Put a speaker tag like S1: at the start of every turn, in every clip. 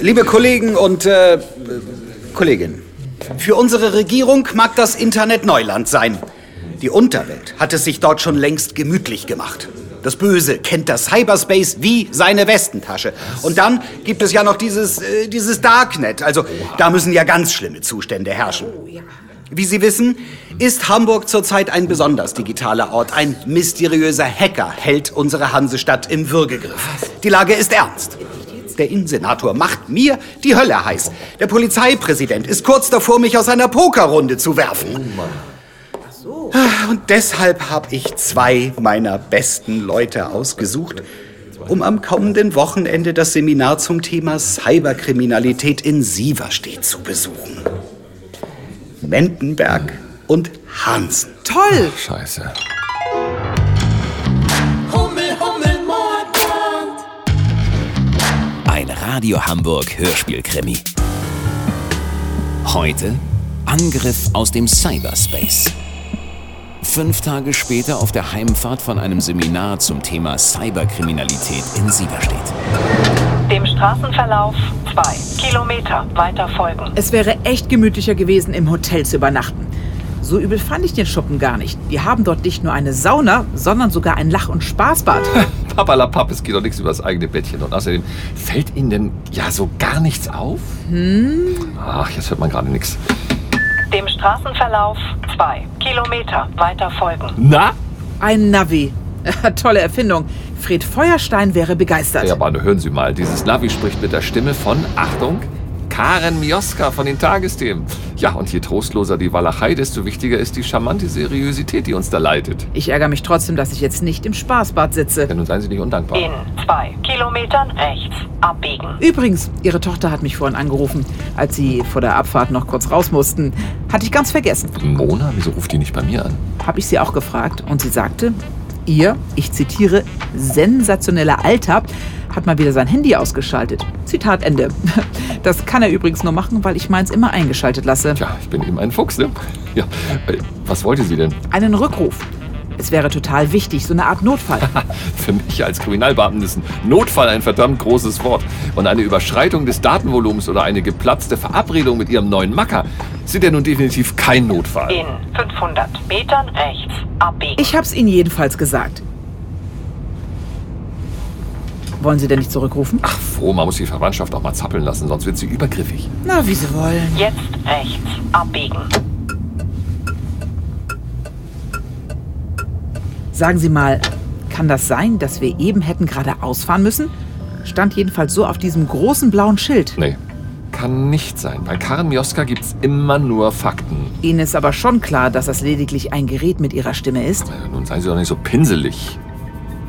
S1: Liebe Kollegen und äh, Kolleginnen, für unsere Regierung mag das Internet Neuland sein. Die Unterwelt hat es sich dort schon längst gemütlich gemacht. Das Böse kennt das Cyberspace wie seine Westentasche. Und dann gibt es ja noch dieses, äh, dieses Darknet. Also da müssen ja ganz schlimme Zustände herrschen. Wie Sie wissen, ist Hamburg zurzeit ein besonders digitaler Ort. Ein mysteriöser Hacker hält unsere Hansestadt im Würgegriff. Die Lage ist ernst. Der Innensenator macht mir die Hölle heiß. Der Polizeipräsident ist kurz davor, mich aus einer Pokerrunde zu werfen. Und deshalb habe ich zwei meiner besten Leute ausgesucht, um am kommenden Wochenende das Seminar zum Thema Cyberkriminalität in Sieverstedt zu besuchen. Mendenberg und Hansen.
S2: Toll!
S3: Scheiße.
S4: Ein Radio Hamburg Hörspielkrimi. Heute Angriff aus dem Cyberspace. Fünf Tage später auf der Heimfahrt von einem Seminar zum Thema Cyberkriminalität in Sieverstedt.
S5: Dem Straßenverlauf 2 Kilometer weiter folgen.
S2: Es wäre echt gemütlicher gewesen, im Hotel zu übernachten. So übel fand ich den Schuppen gar nicht. Die haben dort nicht nur eine Sauna, sondern sogar ein Lach- und Spaßbad.
S3: Papalapap, es geht doch nichts über das eigene Bettchen. Und außerdem fällt Ihnen denn ja so gar nichts auf? Ach, jetzt hört man gerade nichts.
S5: Dem Straßenverlauf 2 Kilometer weiter folgen.
S3: Na?
S2: Ein Navi. Tolle Erfindung. Fred Feuerstein wäre begeistert.
S3: Ja, aber also hören Sie mal, dieses Navi spricht mit der Stimme von, Achtung, Karen Mioska von den Tagesthemen. Ja, und je trostloser die Walachei, desto wichtiger ist die charmante Seriosität, die uns da leitet.
S2: Ich ärgere mich trotzdem, dass ich jetzt nicht im Spaßbad sitze.
S3: Ja, nun seien Sie nicht undankbar.
S5: In 2 Kilometern rechts abbiegen.
S2: Übrigens, ihre Tochter hat mich vorhin angerufen, als sie vor der Abfahrt noch kurz raus mussten. Hatte ich ganz vergessen.
S3: Mona, wieso ruft die nicht bei mir an?
S2: Habe ich sie auch gefragt und sie sagte, ihr, ich zitiere, sensationeller Alter hat mal wieder sein Handy ausgeschaltet. Zitat Ende. Das kann er übrigens nur machen, weil ich meins immer eingeschaltet lasse.
S3: Tja, ich bin eben ein Fuchs, ne? Ja, äh, was wollte sie denn?
S2: Einen Rückruf. Es wäre total wichtig, so eine Art Notfall.
S3: Für mich als Kriminalbeamten ist ein Notfall ein verdammt großes Wort. Und eine Überschreitung des Datenvolumens oder eine geplatzte Verabredung mit ihrem neuen Macker sind ja nun definitiv kein Notfall.
S5: In 500 Metern rechts abbiegen.
S2: Ich hab's Ihnen jedenfalls gesagt. Wollen Sie denn nicht zurückrufen? Ach,
S3: Froh, man muss die Verwandtschaft auch mal zappeln lassen, sonst wird sie übergriffig.
S2: na, wie Sie wollen.
S5: Jetzt rechts abbiegen.
S2: Sagen Sie mal, kann das sein, dass wir eben hätten geradeaus fahren müssen? Stand jedenfalls so auf diesem großen blauen Schild.
S3: Nee, kann nicht sein. Bei Karen Mioska gibt's immer nur Fakten.
S2: Ihnen ist aber schon klar, dass das lediglich ein Gerät mit Ihrer Stimme ist.
S3: Äh, Nun seien Sie doch nicht so pinselig.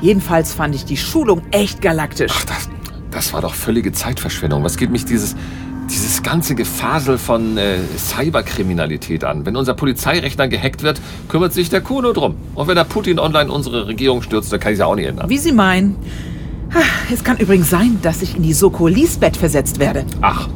S2: Jedenfalls fand ich die Schulung echt galaktisch.
S3: Das, das war doch völlige Zeitverschwendung. Was geht mich dieses, dieses ganze Gefasel von äh, Cyberkriminalität an? Wenn unser Polizeirechner gehackt wird, kümmert sich der Kuno drum. Und wenn der Putin online unsere Regierung stürzt, dann kann ich ja auch nicht ändern.
S2: Wie Sie meinen. Ah, Es kann übrigens sein, dass ich in die Soko Lisbeth versetzt werde.
S3: Ach,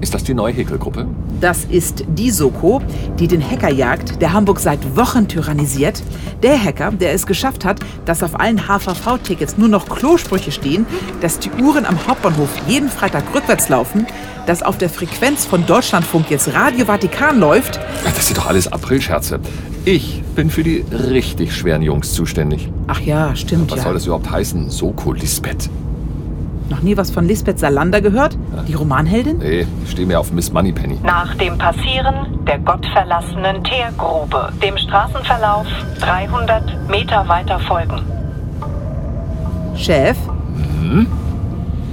S3: ist das die neue Häkelgruppe?
S2: Das ist die Soko, die den Hacker jagt, der Hamburg seit Wochen tyrannisiert. Der Hacker, der es geschafft hat, dass auf allen HVV-Tickets nur noch Klosprüche stehen, dass die Uhren am Hauptbahnhof jeden Freitag rückwärts laufen, dass auf der Frequenz von Deutschlandfunk jetzt Radio Vatikan läuft.
S3: Ja, Das sind doch alles Aprilscherze. Ich bin für die richtig schweren Jungs zuständig.
S2: Ach ja, stimmt
S3: Was
S2: ja.
S3: soll das überhaupt heißen? Soko Lisbeth.
S2: Noch nie was von Lisbeth Salander gehört? Die Romanheldin?
S3: Nee, ich stehe mir auf Miss Moneypenny.
S5: Nach dem Passieren der gottverlassenen Teergrube. Dem Straßenverlauf 300 Meter weiter folgen.
S2: Chef? Mhm.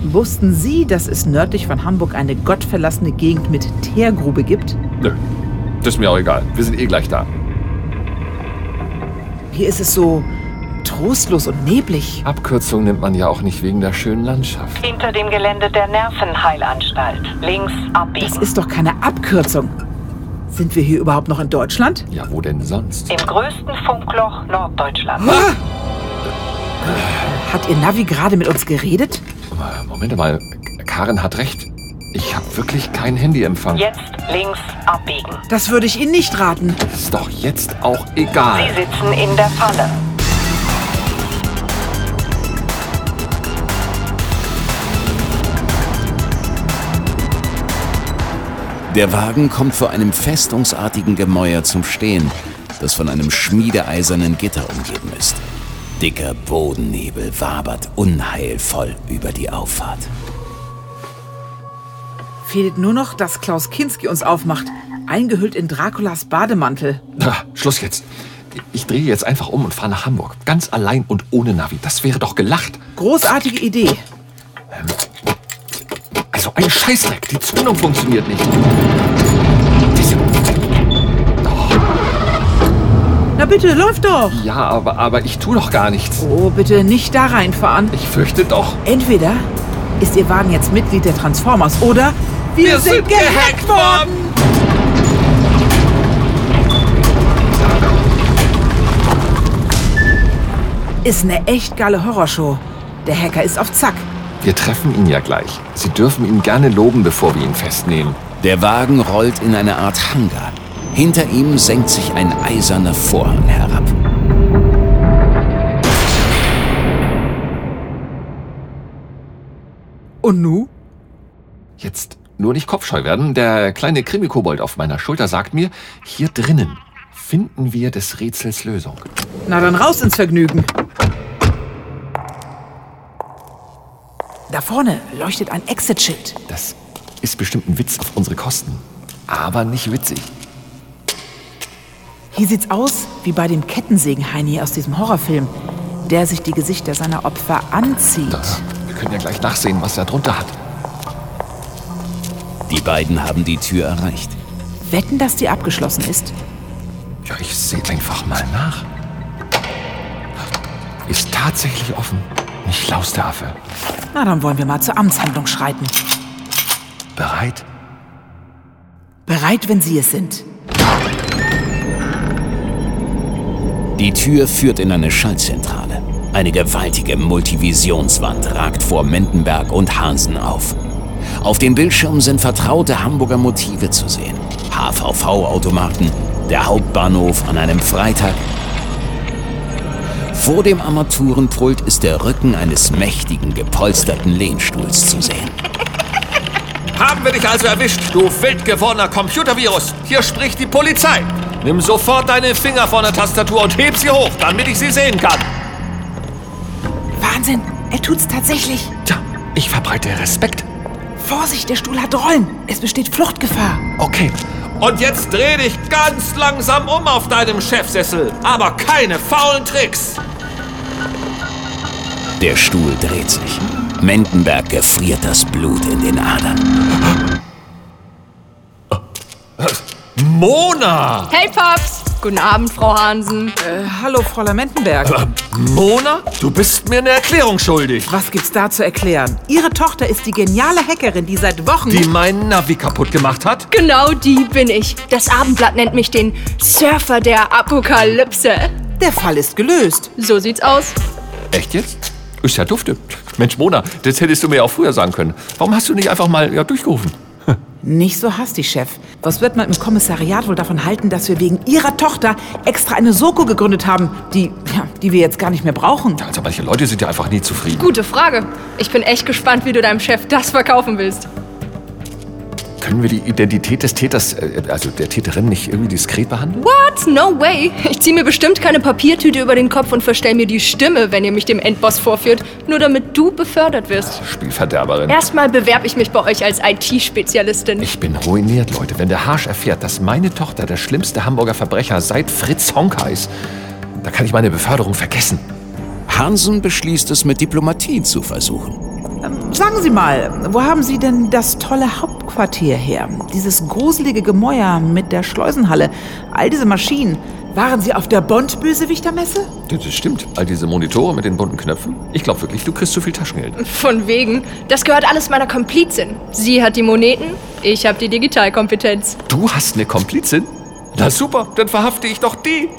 S2: Wussten Sie, dass es nördlich von Hamburg eine gottverlassene Gegend mit Teergrube gibt?
S3: Nö, das ist mir auch egal. Wir sind eh gleich da.
S2: Hier ist es so trostlos und neblig.
S3: Abkürzung nimmt man ja auch nicht wegen der schönen Landschaft.
S5: Hinter dem Gelände der Nervenheilanstalt. Links
S2: Das
S5: abbiegen.
S2: ist doch keine Abkürzung. Sind wir hier überhaupt noch in Deutschland?
S3: Ja, wo denn sonst?
S5: Im größten Funkloch Norddeutschlands.
S2: Hat Ihr Navi gerade mit uns geredet?
S3: Äh, Moment mal, Karen hat recht. Ich habe wirklich keinen Handyempfang.
S5: Jetzt links abbiegen.
S2: Das würde ich Ihnen nicht raten.
S3: Ist doch jetzt auch
S5: Sie
S3: egal.
S5: sitzen in der Falle.
S4: Der Wagen kommt vor einem festungsartigen Gemäuer zum Stehen, das von einem schmiedeeisernen Gitter umgeben ist. Dicker Bodennebel wabert unheilvoll über die Auffahrt.
S2: Fehlt nur noch, dass Klaus Kinski uns aufmacht, eingehüllt in Draculas Bademantel.
S3: Ah, Schluss jetzt. Ich drehe jetzt einfach um und fahre nach Hamburg. Ganz allein und ohne Navi. Das wäre doch gelacht.
S2: Großartige Idee.
S3: Also ein Scheißdreck. Die Zündung funktioniert nicht. Diese-
S2: Na bitte, läuft doch.
S3: Ja, aber, aber ich tue doch gar nichts.
S2: Oh, bitte nicht da reinfahren.
S3: Ich fürchte doch.
S2: Entweder ist Ihr Wagen jetzt Mitglied der Transformers oder wir, sind gehackt worden. Ist eine echt geile Horrorshow. Der Hacker ist auf Zack.
S3: Wir treffen ihn ja gleich. Sie dürfen ihn gerne loben, bevor wir ihn festnehmen.
S4: Der Wagen rollt in eine Art Hangar. Hinter ihm senkt sich ein eiserner Vorhang herab.
S2: Und nu?
S3: Jetzt nur nicht kopfscheu werden. Der kleine Krimikobold auf meiner Schulter sagt mir, hier drinnen finden wir des Rätsels Lösung.
S2: Na dann raus ins Vergnügen. Da vorne leuchtet ein Exit-Schild.
S3: Das ist bestimmt ein Witz auf unsere Kosten. Aber nicht witzig.
S2: Hier sieht's aus wie bei dem Kettensägen-Heini aus diesem Horrorfilm, der sich die Gesichter seiner Opfer anzieht.
S3: Wir können ja gleich nachsehen, was er drunter hat.
S4: Die beiden haben die Tür erreicht.
S2: Wetten, dass die abgeschlossen ist?
S3: Ja, ich sehe einfach mal nach. Ist tatsächlich offen. Nicht Lausdafür.
S2: Na, dann wollen wir mal zur Amtshandlung schreiten.
S3: Bereit?
S2: Bereit, wenn Sie es sind.
S4: Die Tür führt in eine Schaltzentrale. Eine gewaltige Multivisionswand ragt vor Mendenberg und Hansen auf. Auf dem Bildschirm sind vertraute Hamburger Motive zu sehen. HVV-Automaten, der Hauptbahnhof an einem Freitag. Vor dem Armaturenpult ist der Rücken eines mächtigen, gepolsterten Lehnstuhls zu sehen.
S3: Haben wir dich also erwischt, du wildgewordener Computervirus. Hier spricht die Polizei. Nimm sofort deine Finger von der Tastatur und heb sie hoch, damit ich sie sehen kann.
S2: Wahnsinn, er tut's tatsächlich.
S3: Tja, ich verbreite Respekt.
S2: Vorsicht, der Stuhl hat Rollen. Es besteht Fluchtgefahr.
S3: Okay. Und jetzt dreh dich ganz langsam um auf deinem Chefsessel. Aber keine faulen Tricks.
S4: Der Stuhl dreht sich. Mendenberg gefriert das Blut in den Adern.
S3: Mona!
S6: Hey Pops! Guten Abend, Frau Hansen.
S2: Hallo, Frau
S3: Äh.
S2: Lamentenberg.
S3: Mona? Ähm, Du bist mir eine Erklärung schuldig.
S2: Was gibt's da zu erklären? Ihre Tochter ist die geniale Hackerin, die seit Wochen.
S3: Die meinen Navi kaputt gemacht hat?
S6: Genau die bin ich. Das Abendblatt nennt mich den Surfer der Apokalypse.
S2: der Fall ist gelöst.
S6: So sieht's aus.
S3: Echt jetzt? Ist ja dufte. Mensch, Mona, das hättest du mir auch früher sagen können. Warum hast du nicht einfach mal ja, durchgerufen?
S2: Nicht so hastig, Chef. Was wird man im Kommissariat wohl davon halten, dass wir wegen Ihrer Tochter extra eine Soko gegründet haben, die, ja, die wir jetzt gar nicht mehr brauchen?
S3: Also manche Leute sind ja einfach nie zufrieden.
S6: Gute Frage. Ich bin echt gespannt, wie du deinem Chef das verkaufen willst.
S3: Können wir die Identität des Täters, äh, also der Täterin, nicht irgendwie diskret behandeln?
S6: What? No way. Ich zieh mir bestimmt keine Papiertüte über den Kopf und verstell mir die Stimme, wenn ihr mich dem Endboss vorführt, nur damit du befördert wirst.
S3: Spielverderberin.
S6: Erstmal bewerbe ich mich bei euch als IT-Spezialistin.
S3: Ich bin ruiniert, Leute. Wenn der Harsch erfährt, dass meine Tochter der schlimmste Hamburger Verbrecher seit Fritz Honka ist, da kann ich meine Beförderung vergessen.
S4: Hansen beschließt es mit Diplomatie zu versuchen.
S2: Ähm, Sagen Sie mal, wo haben Sie denn das tolle Hauptquartier her? Dieses gruselige Gemäuer mit der Schleusenhalle, all diese Maschinen. Waren Sie auf der Bond-Bösewichtermesse?
S3: Das stimmt. All diese Monitore mit den bunten Knöpfen. Ich glaube wirklich, du kriegst zu viel Taschengeld.
S6: Von wegen. Das gehört alles meiner Komplizin. Sie hat die Moneten, ich habe die Digitalkompetenz.
S3: Du hast eine Komplizin? Na super, dann verhafte ich doch die.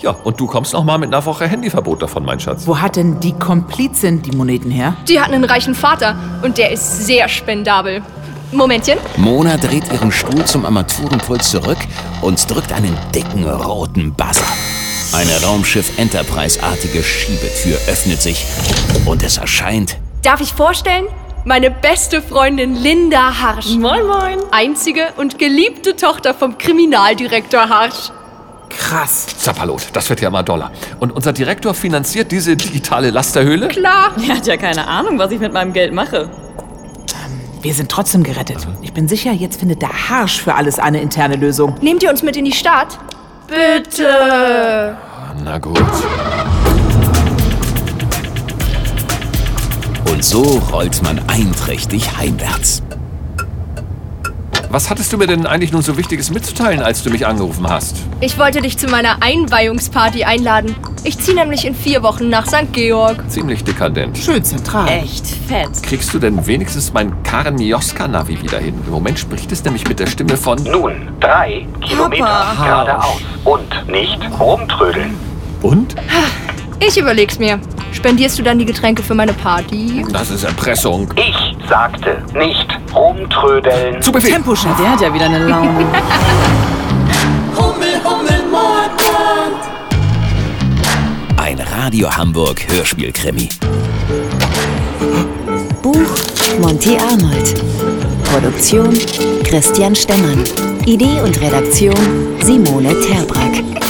S3: Ja, und du kommst noch mal mit einer Woche Handyverbot davon, mein Schatz.
S2: Wo hat denn die Komplizin die Moneten her?
S6: Die hat einen reichen Vater und der ist sehr spendabel. Momentchen.
S4: Mona dreht ihren Stuhl zum Armaturenpult zurück und drückt einen dicken roten Buzzer. Eine Raumschiff Enterprise-artige Schiebetür öffnet sich und es erscheint
S6: Darf ich vorstellen? Meine beste Freundin Linda Harsch.
S7: Moin, moin.
S6: Einzige und geliebte Tochter vom Kriminaldirektor Harsch.
S2: Krass.
S3: Zappalot, das wird ja immer doller. Und unser Direktor finanziert diese digitale Lasterhöhle?
S6: Klar.
S7: Er hat ja keine Ahnung, was ich mit meinem Geld mache.
S2: Wir sind trotzdem gerettet. Ich bin sicher, jetzt findet der Harsch für alles eine interne Lösung.
S6: Nehmt ihr uns mit in die Stadt? Bitte.
S3: Na gut.
S4: Und so rollt man einträchtig heimwärts.
S3: Was hattest du mir denn eigentlich nun so Wichtiges mitzuteilen, als du mich angerufen hast?
S6: Ich wollte dich zu meiner Einweihungsparty einladen. Ich ziehe nämlich in vier Wochen nach St. Georg.
S3: Ziemlich dekadent.
S2: Schön zentral.
S7: Echt fett.
S3: Kriegst du denn wenigstens mein Karen Mioska-Navi wieder hin? Im Moment spricht es nämlich mit der Stimme von...
S8: Nun, drei Kilometer geradeaus und nicht rumtrödeln.
S3: Und?
S6: Ich überleg's mir. Spendierst du dann die Getränke für meine Party?
S3: Das ist Erpressung.
S8: Ich sagte nicht rumtrödeln.
S3: Zu Befehl.
S2: Temposchnitt.
S7: Der hat ja wieder eine Laune.
S4: Ein Radio Hamburg Hörspielkrimi.
S9: Buch Monty Arnold. Produktion Christian Stemmann. Idee und Redaktion Simone Terbrack.